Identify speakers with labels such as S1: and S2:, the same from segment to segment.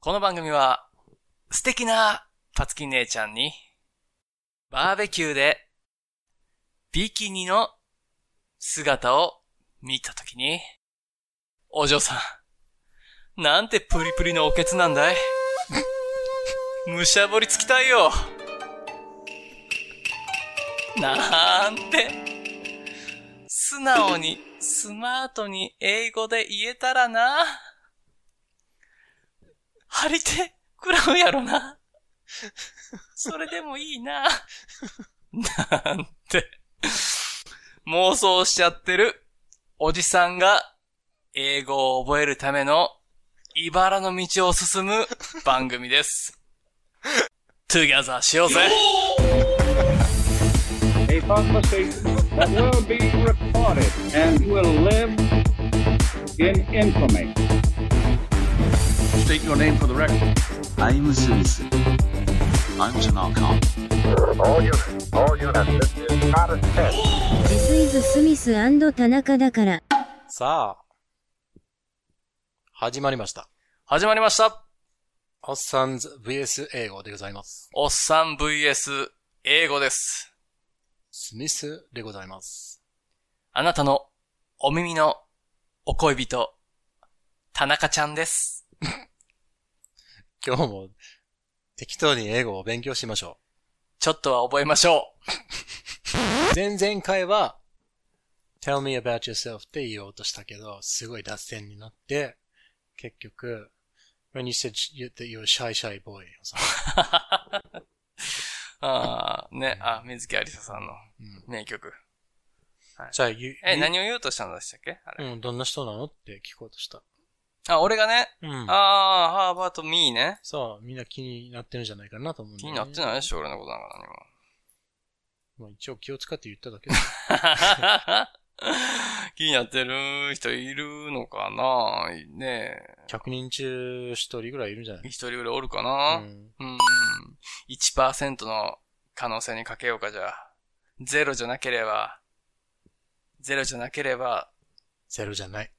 S1: この番組は、素敵なパツキン姉ちゃんに、バーベキューで、ビキニの姿を見たときに、お嬢さん、なんてプリプリのおけつなんだいむしゃぶりつきたいよなんて、素直に、スマートに英語で言えたらな。張り手、食らうやろな。それでもいいな。なんて、妄想しちゃってる、おじさんが、英語を覚えるための、茨の道を進む番組です。トゥギャザーしようぜ
S2: a conversation that will be recorded and will live in infamy.
S3: State your name for the record.
S4: I'm a citizen. I'm Tanaka.
S5: All units, all units, this is not a test.
S6: ジスイズ・スミス田中だから。
S7: さあ、始まりました。
S1: 始まりました
S7: おっさんズ VS 英語でございます。
S1: おっさん VS 英語です。
S7: スミスでございます。
S1: あなたのお耳のお恋人、田中ちゃんです。
S7: 今日も適当に英語を勉強しましょ
S1: ちょっとは覚えましょ
S7: う。前々回は、tell me about yourself って言おうとしたけど、すごい脱線になって、結局、when you said you- that you were shy shy boy をさ、
S1: う。ああ、ね、あ、水木有沙さんの
S7: うん
S1: 名曲。
S7: じゃあ、you-
S1: え、
S7: you-
S1: 何を言おうとしたんでしたっけあれ。
S7: うん、どんな人なのって聞こうとした。
S1: あ、俺がね、
S7: うん。
S1: ああ、ハーバーとミーね。
S7: そう、みんな気になってるんじゃないかなと思うんだ
S1: 気
S7: よ
S1: にな
S7: ね
S1: ってないでしょ、俺のことなんか何も。
S7: まあ一応気を使って言っただけ だ。
S1: 気になってる人いるのかなね
S7: 100人中1人ぐらいいるんじゃな
S1: え。
S7: い
S1: 一人ぐらいおるかな、
S7: うん
S1: うん。1%の可能性にかけようか、じゃあ。ゼロじゃなければ、ゼロじゃなければ、
S7: ゼロじゃない。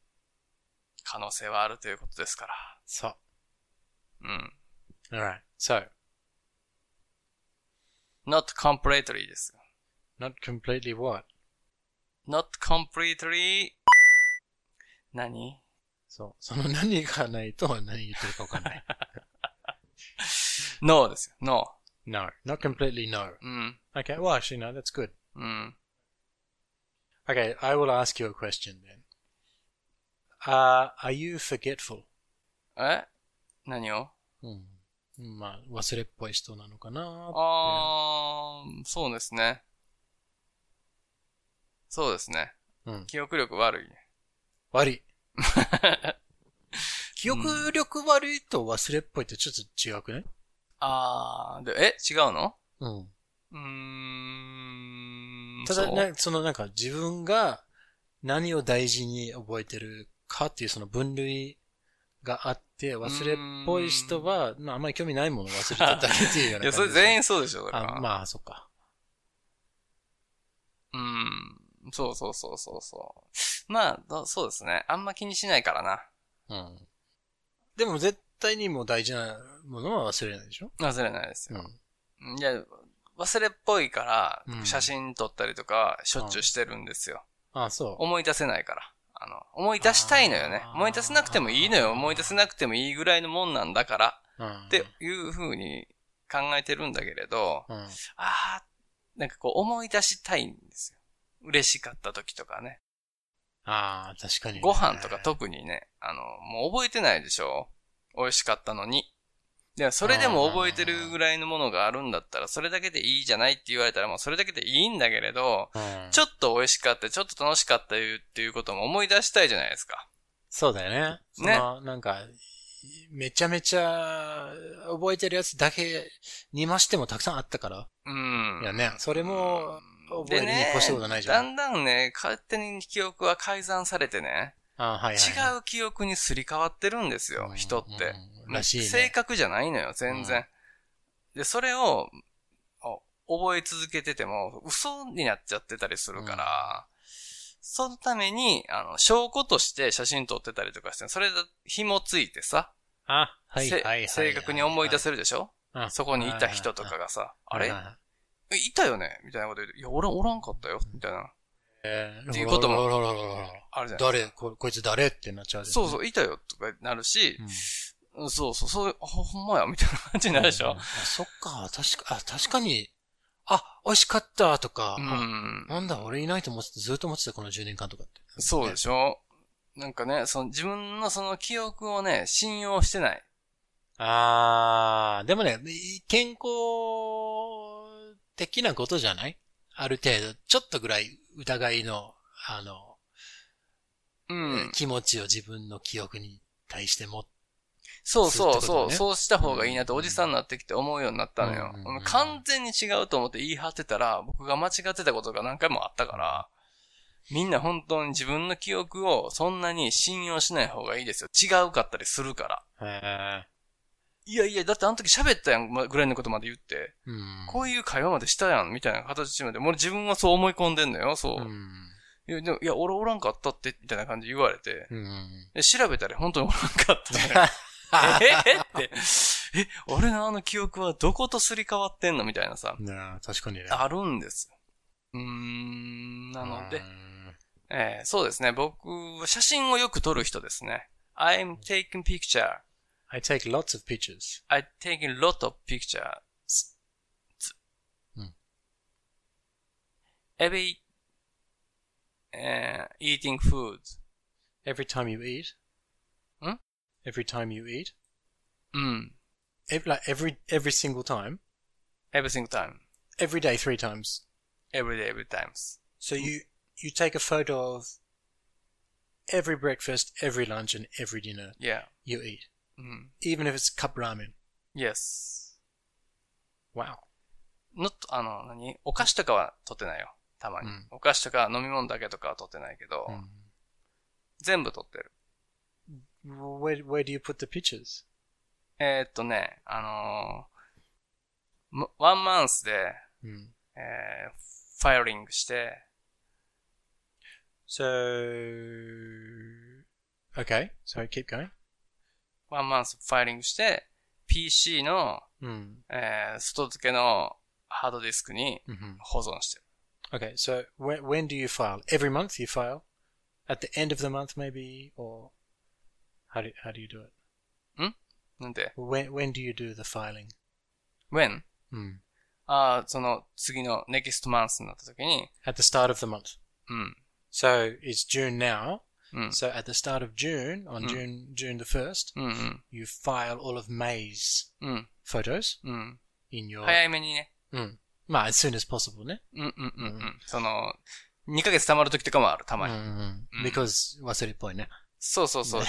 S1: 可能性はあるということですから。
S7: そう。
S1: うん。
S7: alright. So,
S1: not completely です。
S7: not completely what?
S1: not completely 何
S7: そう。その何がないと何言ってるかわかん ない。
S1: ?no ですよ。no.
S7: no. Not completely no.
S1: うん。
S7: Okay. Well, actually, no. That's good.
S1: うん。
S7: Okay. I will ask you a question then. Uh, are you forgetful?
S1: え何を
S7: うん。まあ、忘れっぽい人なのかなって
S1: あー、そうですね。そうですね。
S7: うん
S1: 記憶力悪いね。
S7: 悪 い。記憶力悪いと忘れっぽいってちょっと違くない
S1: あー、で、え違うの
S7: うん。
S1: うーん。
S7: ただ
S1: そう
S7: ね、そのなんか自分が何を大事に覚えてるかっていうその分類があって、忘れっぽい人は、まああんまり興味ないものを忘れてただけっていうよう
S1: い
S7: な
S1: や、それ
S7: 感じ。
S1: 全員そうでしょ、だから。
S7: あ、まあ、そっか。
S1: うん。そうそうそうそうそう。まあど、そうですね。あんま気にしないからな。
S7: うん。でも絶対にもう大事なものは忘れないでしょ
S1: 忘れないです
S7: う
S1: よ。
S7: ん。
S1: いや、忘れっぽいか
S7: う
S1: ら、
S7: ん
S1: 写真撮ったりとか、しょっちゅうしてるんですよ。
S7: あ、そう。
S1: 思い出せないから。あの、思い出したいのよね。
S7: あー
S1: 思い出せなくてもいいのよ。思い出せなくてもいいぐらいのもんなんだから。
S7: うん。
S1: っていう風に考えてるんだけれど、
S7: うん。
S1: あー、なんかこう思い出したいんですよ。嬉しかった時とかね。
S7: ああ、確かにね。
S1: ご飯とか特にね、あの、もう覚えてないでしょ美味しかったのに。でそれでも覚えてるぐらいのものがあるんだったら、それだけでいいじゃないって言われたら、もうそれだけでいいんだけれど、
S7: うん。
S1: ちょっと美味しかった、ちょっと楽しかったいうっていうことも思い出したいじゃないですか。
S7: そうだよね。そ
S1: ね
S7: の、なんか、めちゃめちゃ覚えてるやつだけにましてもたくさんあったから。
S1: うん。
S7: いやね、それも覚えるに
S1: でね
S7: 越したことないじゃ
S1: だ
S7: ん。
S1: んだんね、勝手に記憶は改ざんされてね、
S7: あはいはい
S1: 違う記憶にすり替わってるんですよ、
S7: うん
S1: 人って。
S7: うんらしいね
S1: 正確じゃないのよ、全然。で、それを、あ覚え続けてても、嘘になっちゃってたりするから、そのために、あの、証拠として写真撮ってたりとかして、それで紐ついてさ、
S7: あ、はいは
S1: せ
S7: いはいはい。
S1: 正確に思い出せるでしょ
S7: うん
S1: そこにいた人とかがさ、あれ
S7: はいはいはい
S1: えいたよねみたいなこと言うて、いや、俺おらんかったよみたいな。
S7: えー
S1: っていうことも
S7: ほらほらほらほらほら
S1: あるじゃない
S7: 誰こ、こいつ誰ってなっちゃう、。
S1: そうそうう、いたよとかなるし
S7: う、ん
S1: うんそうそう、そういう、あ、ほんまやみたいな感じになるでし
S7: う
S1: ょ
S7: んあそっか、確か、あ、確かに、あ、美味しかったとか、
S1: う
S7: あ
S1: ん。
S7: なんだ、俺いないと思って、ずっと思ってた、この10年間とかって。
S1: そうでしょなんかね、その自分のその記憶をね、信用してない。
S7: あー、でもね、い健康的なことじゃないある程度、ちょっとぐらい疑いの、あの、
S1: うん。
S7: 気持ちを自分の記憶に対して持っ
S1: そうそう
S7: するってこと
S1: そう、
S7: ね
S1: そうした方がいいなっておじさんになってきて思うようになったのよ
S7: うんうんうん。
S1: 完全に違うと思って言い張ってたら、僕が間違ってたことが何回もあったから、みんな本当に自分の記憶をそんなに信用しない方がいいですよ。違うかったりするから。
S7: へ
S1: いやいや、だってあの時喋ったやん、まぐらいのことまで言って。
S7: うん。
S1: こういう会話までしたやん、みたいな形まで。俺自分はそう思い込んでんのよ、そう。
S7: うん。
S1: いや、でも、いや、俺おらんかったって、みたいな感じで言われて。
S7: うん。
S1: で調べたら本当におらんかったのよ。えって。え、俺のあの記憶はどことすり替わってんのみたいなさ。
S7: なあ確かにね。
S1: あるんです。うーん、なので
S7: う。ん
S1: えーそうですね。僕は写真をよく撮る人ですね。I'm taking picture.
S7: I take lots of pictures.
S1: I taking lot of pictures.
S7: うん
S1: Every, uh, eating food.
S7: Every time you eat.
S1: ん
S7: Every time you eat.
S1: うん。
S7: Every, like every, every single time.
S1: Every single time.
S7: Every day, three times.
S1: Every day, every times.
S7: So you, you take a photo of every breakfast, every lunch, and every dinner
S1: Yeah.
S7: you eat.
S1: うん。
S7: Even if it's cup ramen.
S1: Yes.
S7: Wow.
S1: not, あの、何お菓子とかは取ってないよ。たまに。
S7: うん
S1: お菓子とか飲み物だけとかは取ってないけど、
S7: Mm.
S1: 全部取ってる。
S7: Where, where do you put the pictures?
S1: えーっとね、あのーまワンマンスで、
S7: Mm.
S1: えーファイリングして、
S7: So, okay. So keep going.
S1: ワンマンスファイリングして、PC の、
S7: Mm.
S1: えー外付けのハードディスクに
S7: hmm
S1: 保存してる。
S7: Okay, so when, when do you file? Every month you file? At the end of the month, maybe, or how do how do you do it?
S1: なんで、
S7: When when do you do the filing?
S1: when?
S7: Mm.
S1: ああ、その次の next month になった時に、
S7: At the start of the month.
S1: うん、
S7: So it's June now.
S1: うん、
S7: So at the start of June, on
S1: Mm.
S7: June June the first,
S1: うん、うん、
S7: you file all of May's
S1: うん、
S7: photos
S1: うん。
S7: in your.
S1: 早めにね、
S7: Mm. Well, as soon as possible, ne?
S1: うんうんうんう。
S7: うん
S1: その、2ヶ月溜まる時とかもある、たまに。
S7: Mm.
S1: Mm.
S7: Because what's the point, ne?
S1: そうそうそう。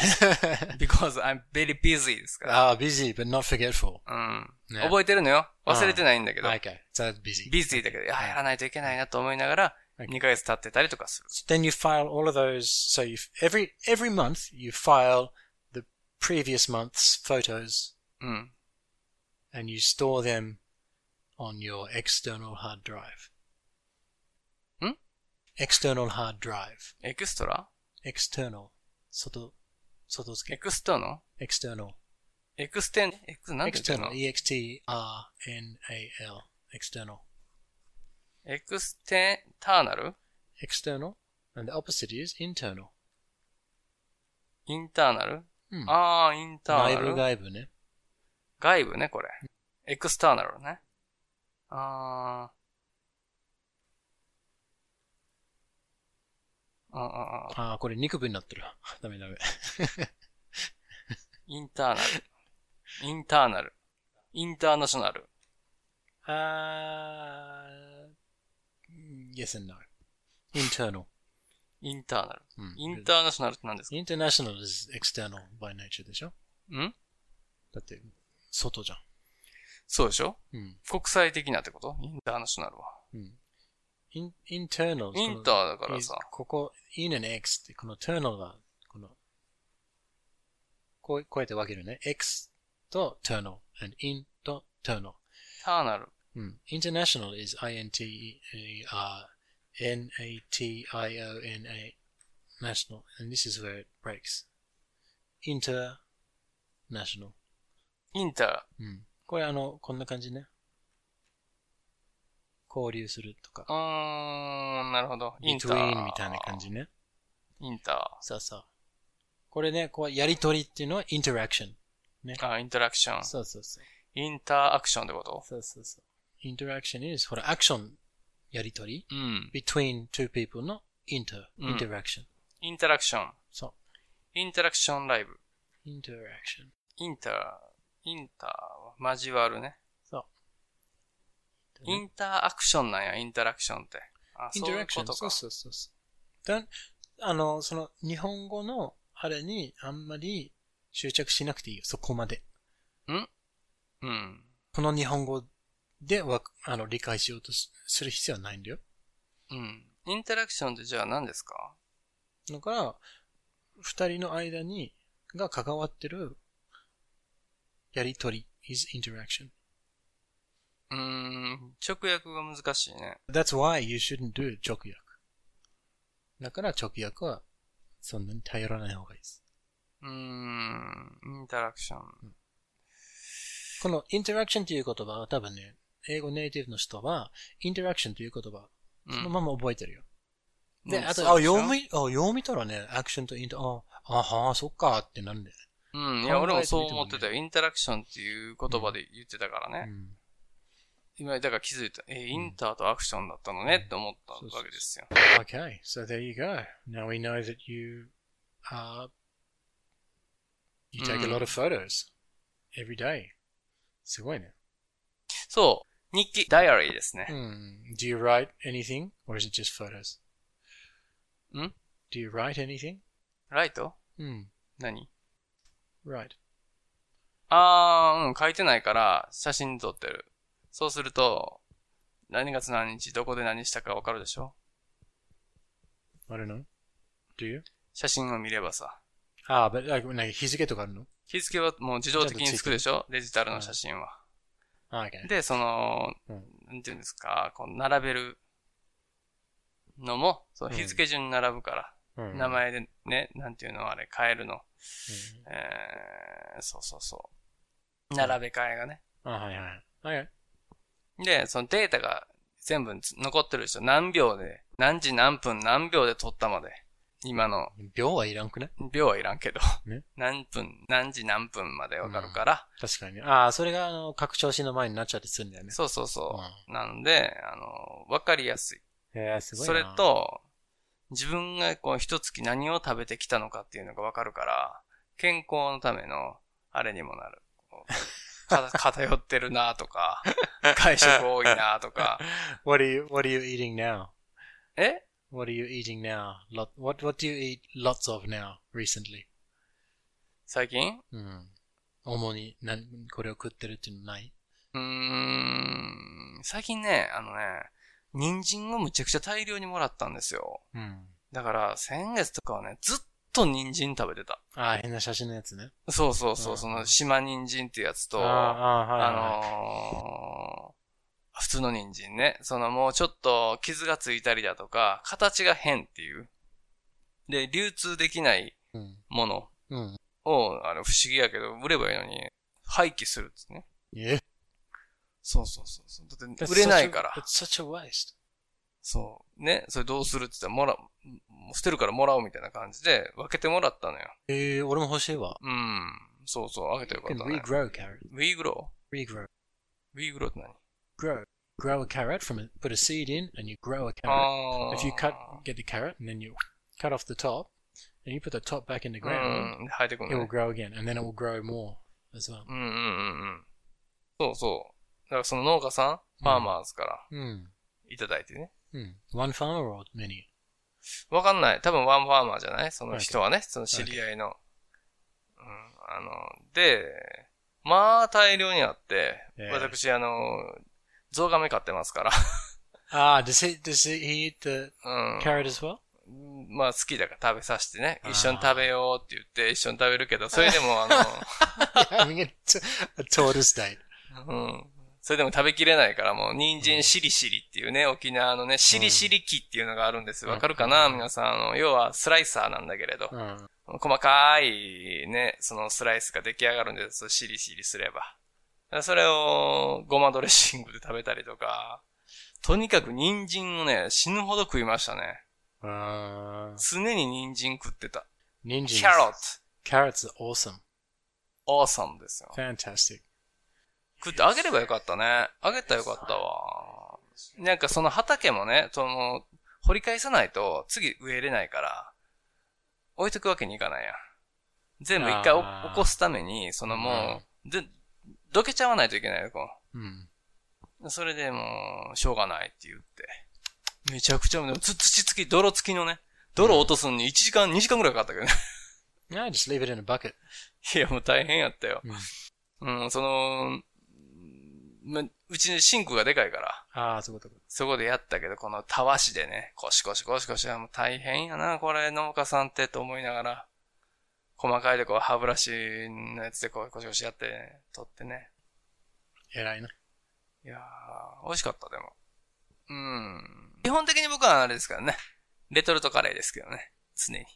S1: because I'm very busy ですから。
S7: ah, busy but not forgetful.
S1: うん。
S7: ね
S1: 覚えてるのよ。忘れてないんだけど。
S7: Okay, so busy.
S1: busy だけど、いや、やらないといけないなと思いながら、
S7: Okay.
S1: 2ヶ月経ってたりとかする。
S7: So then you file all of those. So you every every month you file the previous month's photos
S1: うん。
S7: and you store them on your external hard drive.
S1: Hmm?
S7: External hard drive.
S1: エクストラ
S7: External. Soto. Sotosuke.
S1: エクストの
S7: External.
S1: エクステン、エクス、なんて言う
S7: External.
S1: の
S7: E X T R N A L. External.
S1: エクステターナル
S7: External. And the opposite is internal.
S1: インターナル
S7: Hmm.
S1: ああ、インターナル。
S7: Gaibu gaibu ne?
S1: 外部ね、これ。エクスターナルね。ああ。ああ、ああ。
S7: Ah, これ肉分になってる。ダメダメ。
S1: インターナル。インターナル。インターナショナル。
S7: Uh, yes and no. Internal.
S1: インターナル。
S7: Mm.
S1: インターナショナルって何です
S7: International is external by nature でしょ
S1: かん
S7: だって、外じゃん。
S1: そうでしょ
S7: うん。
S1: 国際的なってことインターナショナルは。
S7: うん。in, internal.
S1: インターだ
S7: こ
S1: か
S7: の
S1: らさ。
S7: ここ、in and x って、この ternal が、この、こう、こうやって分けるね。x と ternal and in と ternal.
S1: ターナル。
S7: うん。international is i-n-t-e-r-n-a-t-i-o-n-a national and this is where it breaks. inter national.
S1: インタ
S7: うん。これあの、こんな感じね。交流するとか
S1: ー。、うーん、なるほど。インタ
S7: between みたいな感。じね。
S1: インタ
S7: そうそう。これね、こう、やりとりっていうのは interaction。
S1: ー。あ、インタラクション。
S7: そうそうそう。
S1: インタアクションってこと
S7: そうそうそう。interaction is, ほら、action やりとり。
S1: うん。
S7: between two people の inter,
S1: うん
S7: interaction。
S1: インタラクション。
S7: そう。
S1: インタラクションライブ。
S7: interaction.
S1: インター、インターは交わるね。
S7: そ
S1: インターアクションなんや、インタラクションって。あ、
S7: う。
S1: そういうこ
S7: interaction.
S1: と
S7: そ
S1: か
S7: う。そうそうそう。だんあの、その、日本語のあれにあんまり執着しなくていいよ。そこまで。
S1: うん。
S7: この日本語でわかあの理解しようとすする必要はないんだよ。
S1: うん。インタラクションってじゃあ何ですか
S7: だから、二人の間に、が関わってる、やりとり is interaction.
S1: うーん。直訳が難しいね。
S7: That's why you shouldn't do 直訳。だから直訳は、そんなに頼らない方がいいです。
S1: うーん。インタラクション。
S7: この interaction という言葉は多分ね、英語ネイティブの人は、interaction という言葉、
S1: うん
S7: そのまま覚えてるよ。で、
S1: うん
S7: あ
S1: そう
S7: と、あ、
S1: でしょ
S7: 読み、あ、読みたらね、action と inter、あ、あはーそっかーってなんで。
S1: うん。いや、
S7: 考えてみてもね
S1: 俺もそう思ってたよ。インタラクションっていう言葉で言ってたからね。
S7: うん
S1: 今、だから気づいた。え、インターとアクションだったのねって思ったわけですよ。
S7: Okay, so there you go. Now we know that you uh you take a lot of photos every day. すごいね。
S1: そう。日記、ダイアリーですね。
S7: Hmm. Do you write anything or is it just photos? Hmm?
S1: ん
S7: Do you write anything?
S1: ライト
S7: Hmm.
S1: 何
S7: Right.
S1: あー、うん、書いてないから、写真撮ってる。そうすると、何月何日、どこで何したかわかるでしょ
S7: I don't know. Do you?
S1: 写真を見ればさ。
S7: Ah, but like なんか日付とかあるの
S1: 日付はもう自動的につくでしょデジタルの写真は。
S7: あ、ah, okay.
S1: で、その、
S7: う
S1: なんていうんですか、こう、並べるのも、そう
S7: うん
S1: 日付順に並ぶから、
S7: うん
S1: 名前でね、なんていうのあれ、変えるの。
S7: Hmm.
S1: えー、そうそうそう。並べ替えがね。
S7: あ、はいはい。Okay. Ah,
S1: で、そのデータが全部残ってるでしょ。何秒で、何時何分何秒で撮ったまで。今の、
S7: 秒はいらんくね
S1: 秒はいらんけど。
S7: ね
S1: 何分、何時何分までわかるから。
S7: 確かに。ああ、それがあの、拡張子の前になっちゃってするんだよね。
S1: そうそう
S7: Hmm.
S1: そう。なんで、あの、わかりやすい。
S7: う。えー、すごい
S1: そ
S7: な
S1: れ、と、自分がこう一月何を食べてきたのかっていうのがわかるから、健康のためのあれにも なる。こうか偏ってるなとか、 外食多いなとか。
S7: What are you, what are you eating now?
S1: え
S7: What are you eating now? Lot, what what do you eat lots of now recently?
S1: 最近
S7: うん。主に何これを食ってるっていうのないう
S1: ーん、最近ね、あのね、人参をむちゃくちゃ大量にもらったんですよ。
S7: うん。
S1: だから、先月とかはね、ずっと人参食べてた。
S7: ああ、変な写真のやつね。
S1: そうそうそう、
S7: うん
S1: その島人参っていうやつと、あ
S7: ああ、はい、
S1: のー普通の人参ね。そのもうちょっと傷がついたりだとか、形が変っていう。で、流通できない
S7: はい。
S1: もの
S7: うん。うん。
S1: を、あの、不思議やけど、売ればいいのに、廃棄するんですね。
S7: え
S1: そうそうそうそう。だって、売れないから。
S7: It's such a waste.
S1: そう。ね。それどうするって言ったら、もら、もう捨てるからもらおうみたいな感じで、分けてもらったのよ。
S7: ええ俺も欲しいわ。
S1: うん。そうそう、あげてよか
S7: You
S1: った
S7: can
S1: ね。
S7: regrow carrot.
S1: WeGrow?WeGrow
S7: Regrow.
S1: って何
S7: Grow. Grow a carrot from it. Put a seed in and you grow a carrot.
S1: ああ。
S7: If you cut, get the carrot and then you cut off the top and you put the top back in the
S1: う
S7: ground,
S1: ん。生えてく
S7: it
S1: る
S7: will
S1: ね。
S7: grow again and then it will grow more as well.
S1: うんうんうんうん。そうそう。だからその農家さん、ファーマーズから
S7: うん。
S1: いただいてね。
S7: Hmm. One farmer or many?
S1: わかんない。多分ワンファーマーじゃないその人はね。その知り合いの。うん。あの、で、まあ大量にあって、
S7: ええ
S1: 私、あの、ゾウガメ飼ってますから。
S7: Ah, does he does he eat the
S1: うん。
S7: carrot as well?
S1: まあ好きだから食べさせてね
S7: あ。ー
S1: 一緒に食べようって言って一緒に食べるけど、それでもあ
S7: Having a, t- a tortoise date.
S1: の、うん。それでも食べきれないからもう、人参しりしりっていうね、沖縄のね、しりしり器っていうのがあるんですよ。わかるかな皆さん。あの、要はスライサーなんだけれど。
S7: Hmm.
S1: 細かいね、そのスライスが出来上がるんですよ。シリシリすれば。それをごまドレッシングで食べたりとか、とにかく人参をね、死ぬほど食いましたね。
S7: うーん。
S1: 常に人参食ってた。
S7: 人参。
S1: キャロット。
S7: Carrots are awesome.
S1: オーサムですよ。
S7: Fantastic.
S1: 食ってあげればよかったね。あげたらよかったわ。なんかその畑もね、その、掘り返さないと次植えれないから、置いとくわけにいかないやん。全部一回お
S7: あー
S1: 起こすために、そのもう、で、どけちゃわないといけないよ、こ
S7: うん。
S1: う。それでもう、しょうがないって言って。めちゃくちゃ、でもつ土付き、泥付きのね、泥落とすのに1時間、2時間くらいかかったけどね。
S7: No, just leave it in a bucket.
S1: いや、もう大変やったよ。うん、その、ま、うちのシンクがでかいから。
S7: ああ、そういうことか。
S1: そこでやったけど、このたわしでね、コシコシコシコシ、あもう大変やな、これ農家さんってと思いながら、細かいとこう歯ブラシのやつでこうコシコシやって、取ってね。
S7: 偉いな。
S1: いやー、美味しかった、でも。うん。基本的に僕はあれですからね、レトルトカレーですけどね、常に。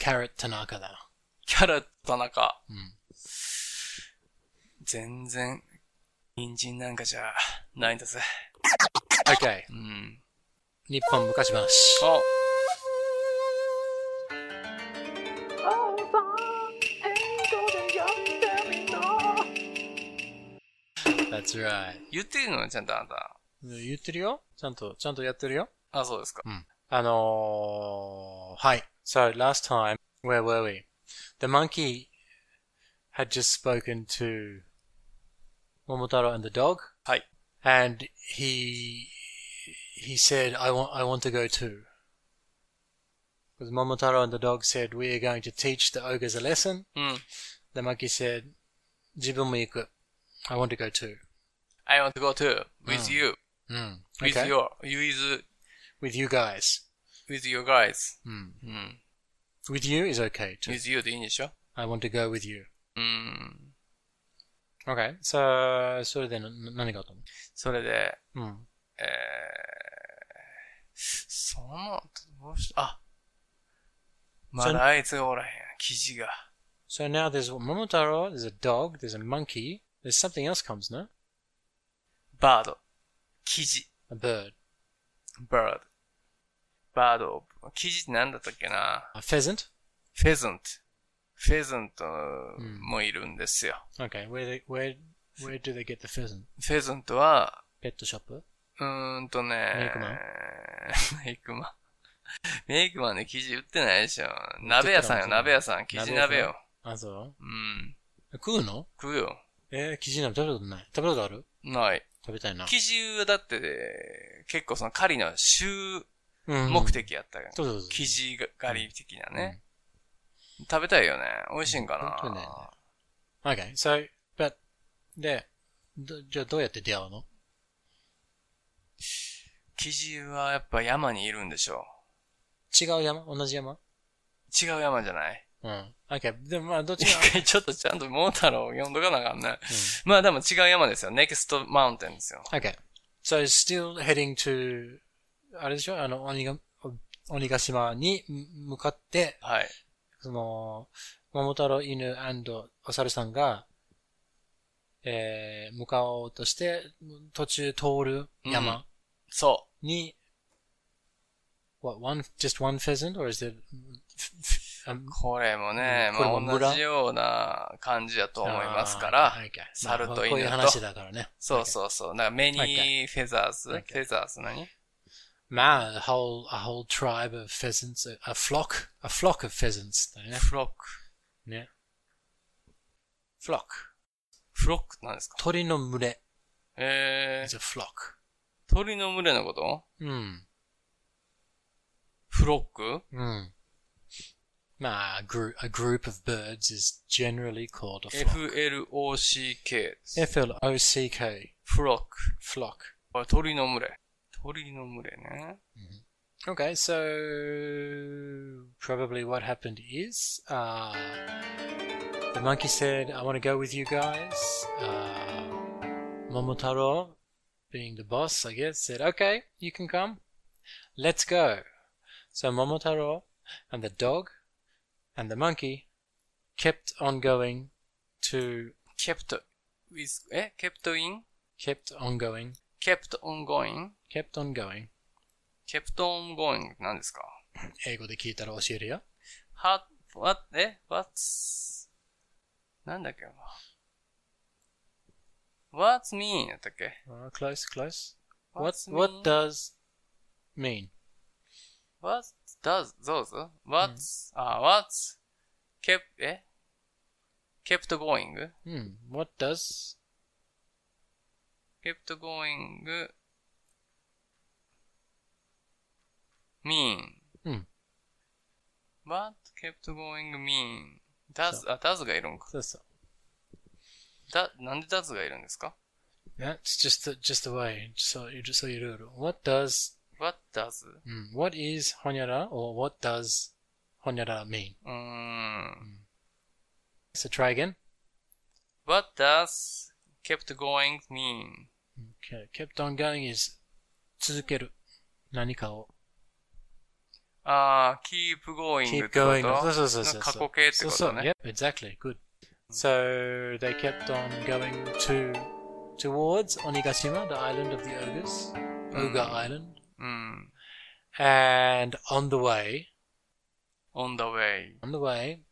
S7: Carrot Tanaka だよ。
S1: キャラ、田中。
S7: うん
S1: 全然、人参なんかじゃないんだぜ。
S7: Okay.
S1: うん。
S7: 日本昔話。
S1: あ、
S7: That's right.
S1: 言ってるのね、ちゃんとあんた。
S7: 言ってるよちゃんと、ちゃんとやってるよ
S1: あ、そうですか。
S7: あのー、はい。So, last time, where were we? The monkey had just spoken to Momotaro and the dog.
S1: はい。
S7: And he, he said, I want, I want to go too. Because Momotaro and the dog said, we are going to teach the ogres a lesson.
S1: うん。
S7: The monkey said, 自分も行く。I want to go too.
S1: I want to go to with you,
S7: うん。
S1: with
S7: Okay.
S1: your, you is,
S7: With you guys.
S1: with your guys.
S7: うん。
S1: うん。
S7: With you is okay too.
S1: with you でいいんでしょ
S7: I want to go with you.
S1: うん。
S7: Okay. So, それでな何があったの
S1: それで、
S7: うん。
S1: えー、その、どうしあ、まだあいつがおらへん。記事が。
S7: So now there's Momotaro, there's a dog, there's a monkey, there's something else comes, no?
S1: バード。記事。
S7: A bird.
S1: bird. バード。記事って何だったっけな
S7: A pheasant.
S1: フェズント。フェズント
S7: ん
S1: もいるんですよ。
S7: Okay. Where they, where where do they get the pheasant?
S1: フェズントは、
S7: ペットショップ
S1: うーんとね。
S7: メイクマン
S1: メイクマン。メイクマンで生地売ってないでしょ。鍋屋さんよ、鍋屋さん。生地鍋よ。
S7: あ、そう
S1: うん。
S7: 食うの
S1: 食うよ。
S7: えー、生地鍋食べたことない。食べたことある
S1: ない。
S7: 食べたいな。
S1: 生地はだって、結構その狩りの集
S7: うん
S1: 目。的やったよ。
S7: そうそうそう。
S1: 生地狩り的
S7: Hmm.
S1: なね。食べたいよね。美味しいんか
S7: うん本当だよ
S1: な。
S7: Okay, so, but, で、どじゃあどうやって出会うの
S1: 生地はやっぱ山にいるんでしょ
S7: 違う山同じ山
S1: う。違う山じゃない
S7: うん。Okay, Hmm. uh, でもまあどっち
S1: 一
S7: が、
S1: 回ちょっとちゃんとモータロを読んどかなあかんね。まあでも違う山ですよ。ネクストマウンテンですよ。
S7: Okay, so still heading to, あれでしょあの、鬼が、鬼ヶ島に向かって、
S1: はい。
S7: その、桃太郎犬お猿さんが、えー、向かおうとして、途中通る山
S1: そう。
S7: に、what, one, just one pheasant, or is it, um,
S1: これもね、
S7: う
S1: ま
S7: んこれも
S1: あ
S7: 村
S1: 同じような感じだと思いますから
S7: あー、はいか
S1: 猿と
S7: ま
S1: 犬
S7: あ
S1: と
S7: こういう話だからね。
S1: そうそうそう、なんか目
S7: はいは
S1: にフェザーズ、フ
S7: はい
S1: ェザーズ何
S7: Ma, a whole a whole tribe of pheasants, a, a flock, a flock of pheasants. だよね
S1: フロック。
S7: ね。flock.
S1: フロックなんですか
S7: 鳥の群れ。
S1: え
S7: It's a flock.
S1: ー、鳥の群れのこと
S7: うん。
S1: フロック
S7: うん。まあ、a group, a group of birds is generally called a flock.
S1: ?FLOCK です。
S7: F-L-O-C-K.
S1: フロック
S7: Flock.。
S1: あ鳥の群れ。鳥の群れね。
S7: Okay, so probably what happened is uh, the monkey said, I want to go with you guys. Uh, Momotaro, being the boss, I guess, said, Okay, you can come. Let's go. So Momotaro and the dog And the monkey kept on going to,
S1: kept with, え ?kept in?
S7: kept on going,
S1: kept on going?
S7: kept on going.
S1: kept on going なんですか
S7: 英語で聞いたら教えるよ。
S1: は、わ、え ?what's, なんだっけな。what's mean だったっけ
S7: Uh, close, close. What,
S1: What's
S7: what
S1: mean?
S7: does mean?
S1: ?what does, those? what's,、あ、what's, kept, え ?kept going?
S7: Hmm, what does
S1: kept going mean?
S7: うん。
S1: what kept going mean? does, あ、does がいるんか。
S7: そうそう。
S1: だ、なんで does がいるんですか
S7: That's just the, just the way. So you just so you do it. What does
S1: ?what does?
S7: mm, what is honyara or what does honyara mean?
S1: うーん。
S7: So try again.
S1: What does kept going mean?
S7: Okay. Kept on going is 続ける何かを
S1: ああ、keep going って
S7: keep
S1: こと
S7: going. そうそうそうそう
S1: 過去形って
S7: そう
S1: こ
S7: そ
S1: と
S7: う。
S1: ね。
S7: Yep. Exactly. Good. So they kept on going to towards Onigashima, the island of the ogres, ogre
S1: Hmm.
S7: island,
S1: うん。
S7: and on the way.
S1: on the way.
S7: on the way,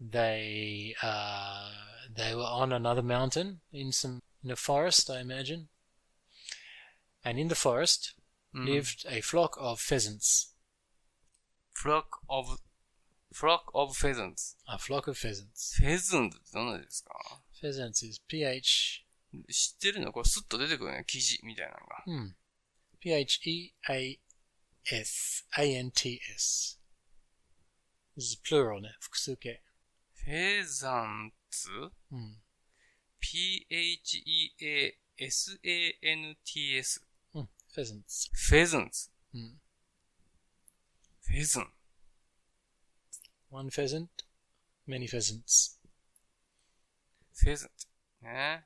S7: they uh, they were on another mountain in some in a forest, I imagine. And in the forest
S1: うん
S7: lived a flock of pheasants.
S1: flock of, flock of pheasants.
S7: A flock of pheasants.
S1: pheasant ってどんなですか
S7: Pheasants is P H
S1: 知ってるのこれスッと出てくるね。記事みたいなのが。
S7: hmm, P H E A S A N T S. This is plural, ne? Fukusuke.
S1: pheasant?
S7: Hmm.
S1: p-h-e-a-s-a-n-t-s.
S7: hmm, Pheasants.
S1: pheasants.
S7: うん
S1: pheasant.
S7: One pheasant, many pheasants.
S1: pheasant. ね。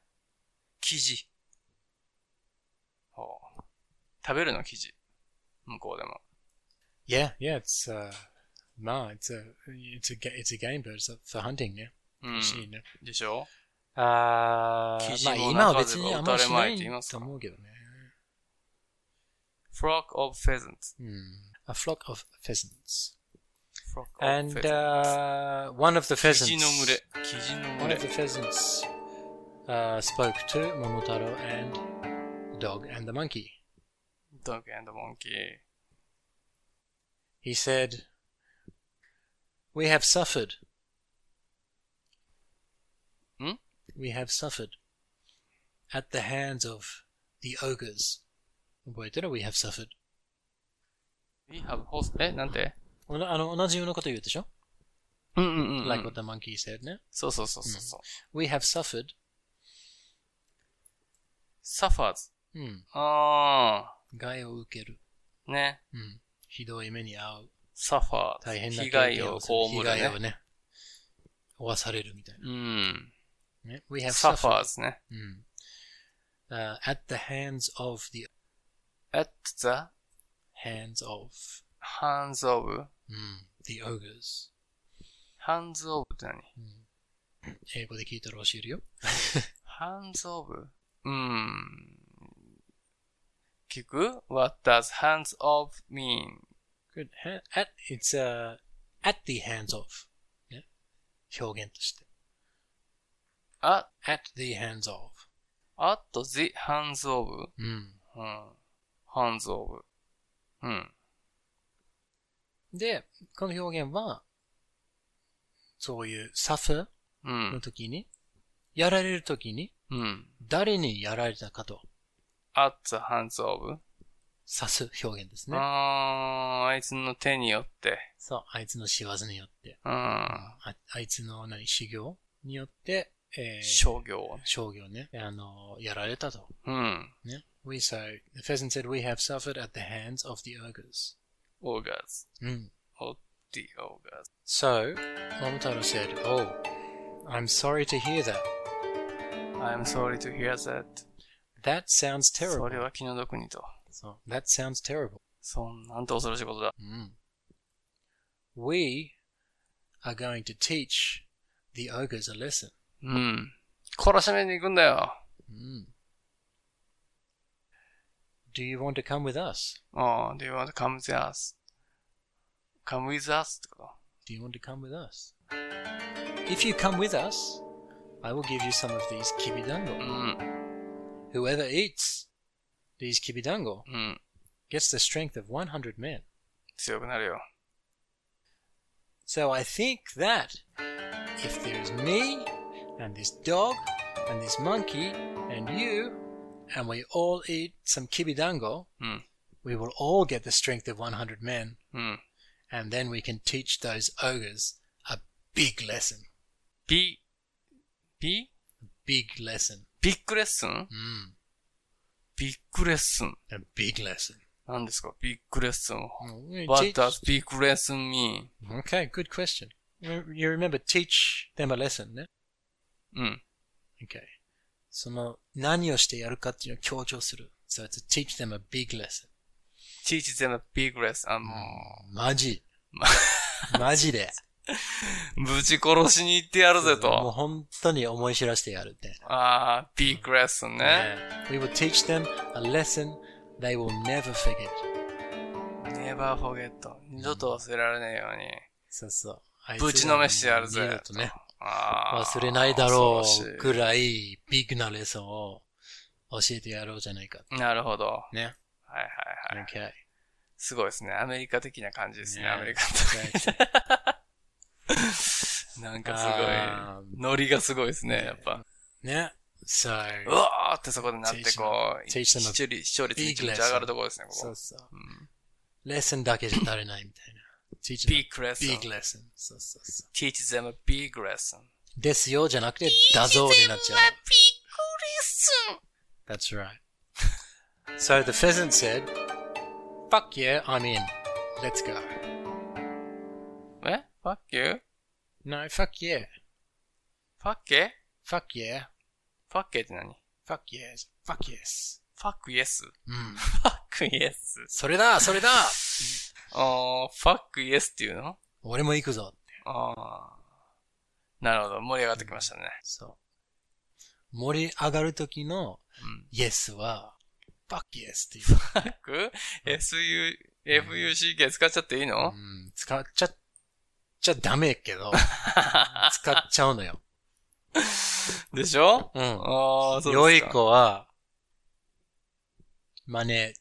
S1: 生地。ほう。食べるの生地。向こうでも。
S7: Yeah, yeah, it's uh, no, it's a it's a ga- it's a game bird so for hunting. Yeah,
S1: うん。
S7: Actually, no.
S1: でしょ
S7: Uh,
S1: キジも
S7: まあ今は別にあんまりしないと思うけどね。
S1: ?flock of pheasants.
S7: Hmm. A flock of pheasants,
S1: flock of
S7: and
S1: pheasants.
S7: uh, one of the
S1: 生
S7: pheasants,
S1: 地の群れ。生地の
S7: one
S1: 群
S7: of the
S1: れ。
S7: pheasants, uh, spoke to Momotaro and the dog and the monkey.
S1: dog and monkey.
S7: He said, "We have suffered."
S1: Hmm?
S7: We have suffered at the hands of the ogres. Wait, did we have suffered?
S1: We have horse. え、なんて
S7: あの、同じようなこと言うでしょ？
S1: うんうんうんうん。
S7: Like what the monkey said, no?
S1: そうそうそうそうそう。
S7: We have suffered.
S1: suffers.
S7: うん。
S1: あ
S7: 害を受ける。
S1: ー。ね。
S7: うん。ひどい目に遭う。
S1: suffer.
S7: 大変な
S1: 被
S7: 経
S1: 害
S7: 験
S1: を
S7: を
S1: 被
S7: する。
S1: るね。
S7: 被害をね。負わされるみたい
S1: うん。
S7: な。ね。We have suffered.
S1: suffers ね。
S7: うん。Uh, at the hands of the
S1: at the
S7: hands of
S1: hands of,
S7: うん、the ogres。
S1: hands of って何
S7: 英語で聞いたら教えるよ。
S1: hands of? うーん。聞く ?what does hands of mean?
S7: Good. At, it's, uh, at the hands of. ね。表現として。
S1: at,
S7: at the hands of.
S1: at the hands of?
S7: うん。
S1: うん。hands of. うん。
S7: で、この表現は、そういう suffer
S1: う
S7: の
S1: ん。
S7: 時に、やられる時に、
S1: うん。
S7: 誰にやられたかと、
S1: at the hands of?
S7: 指す表現ですね。
S1: あー、あいつの手によって。
S7: そう、あいつの仕業によって、
S1: うん。
S7: ああいつの何、修行によって、えー、
S1: 商業。
S7: 商業ね、あの、やられたと。
S1: うん。
S7: Yeah. We so the pheasant said we have suffered at the hands of the ogres.
S1: ogres.
S7: Mm.
S1: Oh, the ogres.
S7: So Momotaro said, "Oh, I'm sorry to hear that.
S1: I'm sorry to hear that.
S7: That sounds
S1: そ
S7: terrible.
S1: れは気の毒にと。
S7: So, that sounds terrible.
S1: そんなんと恐ろしいことだ。
S7: Mm. We are going to teach the ogres a lesson.
S1: うん。懲らしめに行くんだよ。
S7: Mm. Do you want to come with us?
S1: うん。Do you want to come with us?Come with us? ってこ
S7: Do you want to come with us? If you come with us, I will give you some of these kibidango.
S1: とうん。
S7: Whoever eats these kibidango
S1: うん。
S7: gets the strength of 100 men.
S1: 強くなるよ。
S7: So I think that if there's me and this dog and this monkey and you and we all eat some kibidango,
S1: うん。
S7: we will all get the strength of 100 men
S1: うん。
S7: and then we can teach those ogres a big lesson.
S1: B、B?
S7: Big lesson.
S1: ビッグレッスン
S7: Mm,
S1: ビッグレッスン。
S7: a big lesson.
S1: 何ですかビッグレッスン。
S7: Mm, we
S1: What
S7: teach-
S1: does big lesson mean?
S7: Okay, good question. You you remember teach them a lesson, ne?
S1: うん。
S7: Okay. その何をしてやるかっていうのを強調する。So it's to teach them a big lesson.
S1: teach them a big lesson. あも
S7: マジ。マジで。
S1: う、ぶち殺しに行ってやるぜ
S7: もう
S1: と。
S7: 本当に思い知らせてやるって。
S1: ああ、big lesson ね。
S7: We will teach them a lesson they will never forget.
S1: never forget. 二度と忘れられないように。
S7: そうそう。あいつら
S1: ぶちのめしてやる
S7: 二
S1: ぜ
S7: 度。とね、
S1: あー
S7: 忘れないだろ
S1: 恐
S7: う
S1: ろ
S7: ぐらいビッグなレッスンを教えてやろうじゃないか。
S1: しいなるほど。はい
S7: ね。
S1: はいはい。
S7: Okay.
S1: すごいですね。アメリカ的な感じですね。
S7: ね
S1: アメリカ的な。なんかす
S7: あ
S1: ごい。ノリがすごいですね、やっぱ。
S7: ね。So,
S1: うわーってそこでなってこう、
S7: Teach them- teach them a
S1: 視聴率、視聴率めちゃめちゃ上がるところですね、こ
S7: そ
S1: こ
S7: う。そう。レッスンだけじゃ足りないみたいな。teach them a
S1: big lesson.
S7: big lesson. そうそうそう。
S1: teach them a big lesson.
S7: ですよじゃなくて、だぞになっちゃう。That's right. so the pheasant said, Fuck yeah, I'm in. Let's go.
S1: え ?fuck you?fuck
S7: No, fuck yeah.
S1: it?fuck
S7: Fuck yeah.
S1: it って何
S7: Fuck yes. Fuck yes.
S1: ?fuck yes?fuck
S7: うん。
S1: yes?
S7: それだそれだ
S1: あー、fuck yes っていうの
S7: 俺も行くぞ。
S1: あー。なるほど。盛り上がってきましたね。
S7: そう。盛り上がる時の
S1: うん。
S7: Yes は、Fuck yes っていう。
S1: fuck? su, fuck 使っちゃっていいの、
S7: うん、使っちゃ、ちゃダメけど、 使っちゃうのよ。
S1: でしょ
S7: うん。
S1: あー、そう
S7: 良
S1: で
S7: い
S1: すか。
S7: 子は、真似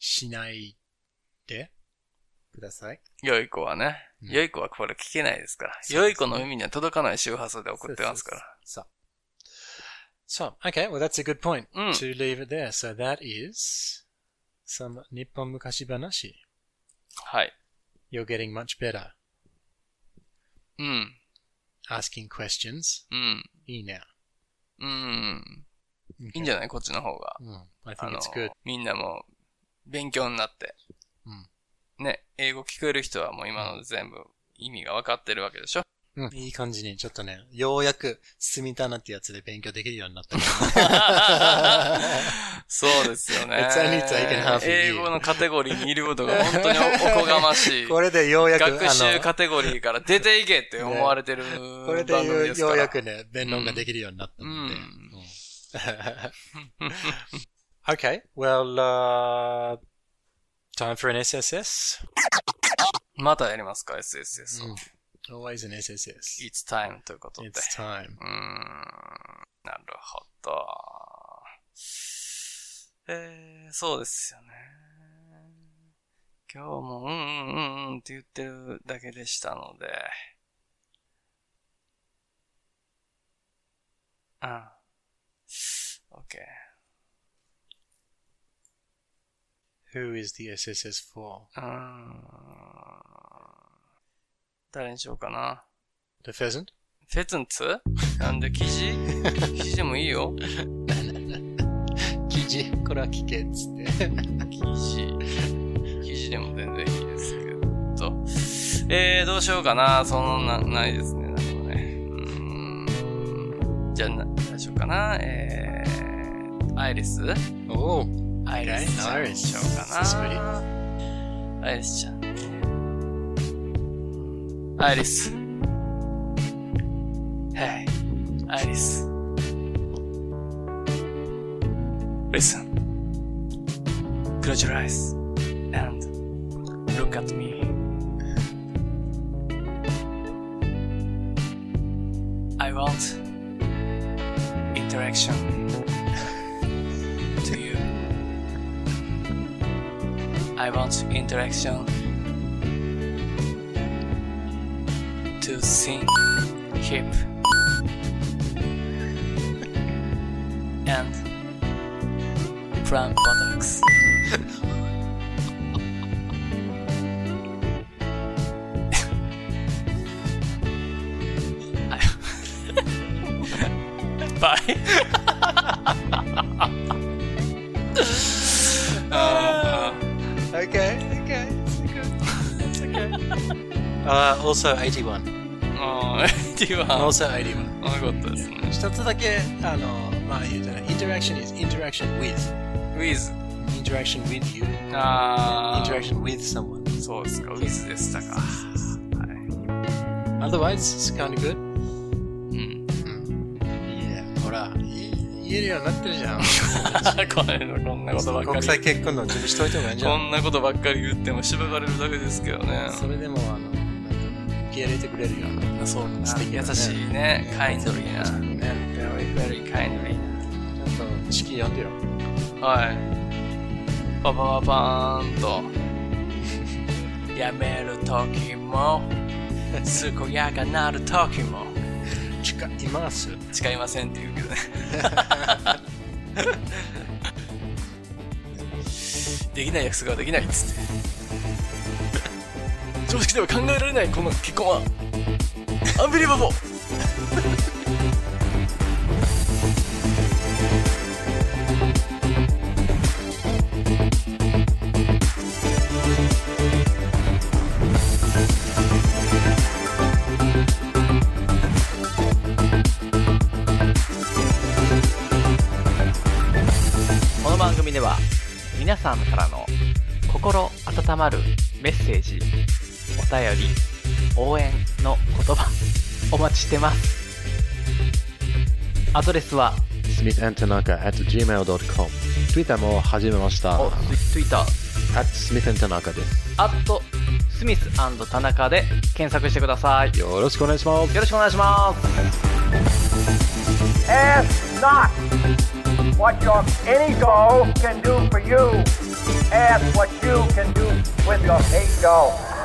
S7: しないでください。
S1: 良い子はね。
S7: うん
S1: 良い子はこれ聞けないですから。
S7: そうですね
S1: 良い子の耳には届かない周波数で送ってますから。
S7: そう。So, okay, well that's a good point
S1: うん
S7: to leave it there. So that is some 日本昔話。
S1: はい。
S7: You're getting much better
S1: うん。
S7: asking questions.
S1: うん。
S7: いいね。
S1: うん。
S7: い
S1: いいんじゃないこっちの方が。
S7: うん。I
S1: あ
S7: think
S1: の
S7: it's good.
S1: みんなも勉強になって。ね、英語聞こえる人はもう今ので全部意味が分かってるわけで しょ
S7: うん。いい感じに、ちょっとね、ようやく進みたなってやつで勉強できるようになった。
S1: そうですよね
S7: It's only taken half a year.
S1: 英語のカテゴリーにいることが本当に おおこがましい。
S7: これでようやく、あの
S1: 学習カテゴリーから出ていけって思われてる
S7: これ
S1: 番
S7: でよ
S1: 組です
S7: よ
S1: か
S7: うや
S1: ら。
S7: くね、弁論ができるようになったんで。
S1: うん
S7: うん okay, well, uh, time for an SSS.
S1: またやりますか ?SSS を。
S7: Always an SSS.
S1: It's time ということで。
S7: It's time.
S1: うーんなるほど。えー、そうですよね。今日もうんうんうんうんって言ってるだけでしたので。あ、OK。
S7: Who is the SSS for?
S1: うーん。誰にしようかな。
S7: The pheasant?
S1: フェズンツなんで生地生地でもいいよ。
S7: 記事これは聞けっつって。
S1: 記事、記事でも全然いいですけど。えー、どうしようかな。そのな、ないですね。何もね。うーん。じゃあ、な、どうしようかな。えー、アイリス
S7: Oh,
S1: アイリスちゃんにしようかな。アイリスちゃん。アイリス。 Alice. Listen. Close your eyes and look at me. I want interaction to you. I want interaction to sing hip and plant products. I- Bye.
S7: Okay, okay, it's okay. It's okay. uh, also 81.
S1: 81
S7: Also 81.
S1: よかったですね。
S7: 一つだけ、あの、まあ言うたら、interaction is interaction with.
S1: with
S7: Interaction with you.
S1: あー
S7: Interaction with someone.
S1: そうですか、with でしたか。はい。
S7: Otherwise, it's kind of good.
S1: うん。
S7: いや、ほら、い言えるようになってるじゃん。
S1: このこんなことばっか
S7: 国
S1: り。
S7: 際結婚の準備しといた方がいいんじゃ
S1: こ
S7: ん。
S1: んなことばっかり言っても縛られるだけですけどね。
S7: それでも、あの、なんか受け入れてくれるような。
S1: そう
S7: 素敵だ
S1: 優
S7: ね
S1: しいね。kindly な。
S7: ね、very, very.
S1: very kindly
S7: ちょっと、式読んでよ。
S1: な。はい。パパパーンと。 やめるとき も、健やかなるときも、
S7: 誓います。
S1: 誓いませんって言うけどね。できない約束はできないっつって。常識では考えられないこの結婚は、アンビリバボー
S3: この番組では皆さんからの心温まるメッセージお便り応援の言葉お待ちしてますアドレスは
S8: smithandtanaka at gmail.com ツイッターも始めました
S3: お Twitter
S8: at smithandtanaka です
S3: アットスミス田中で検索してくださいよ
S8: よろしくお願いします
S3: ろしくお願いします
S5: Ask not what your any doll can do for you. Ask what you can do with your eight doll.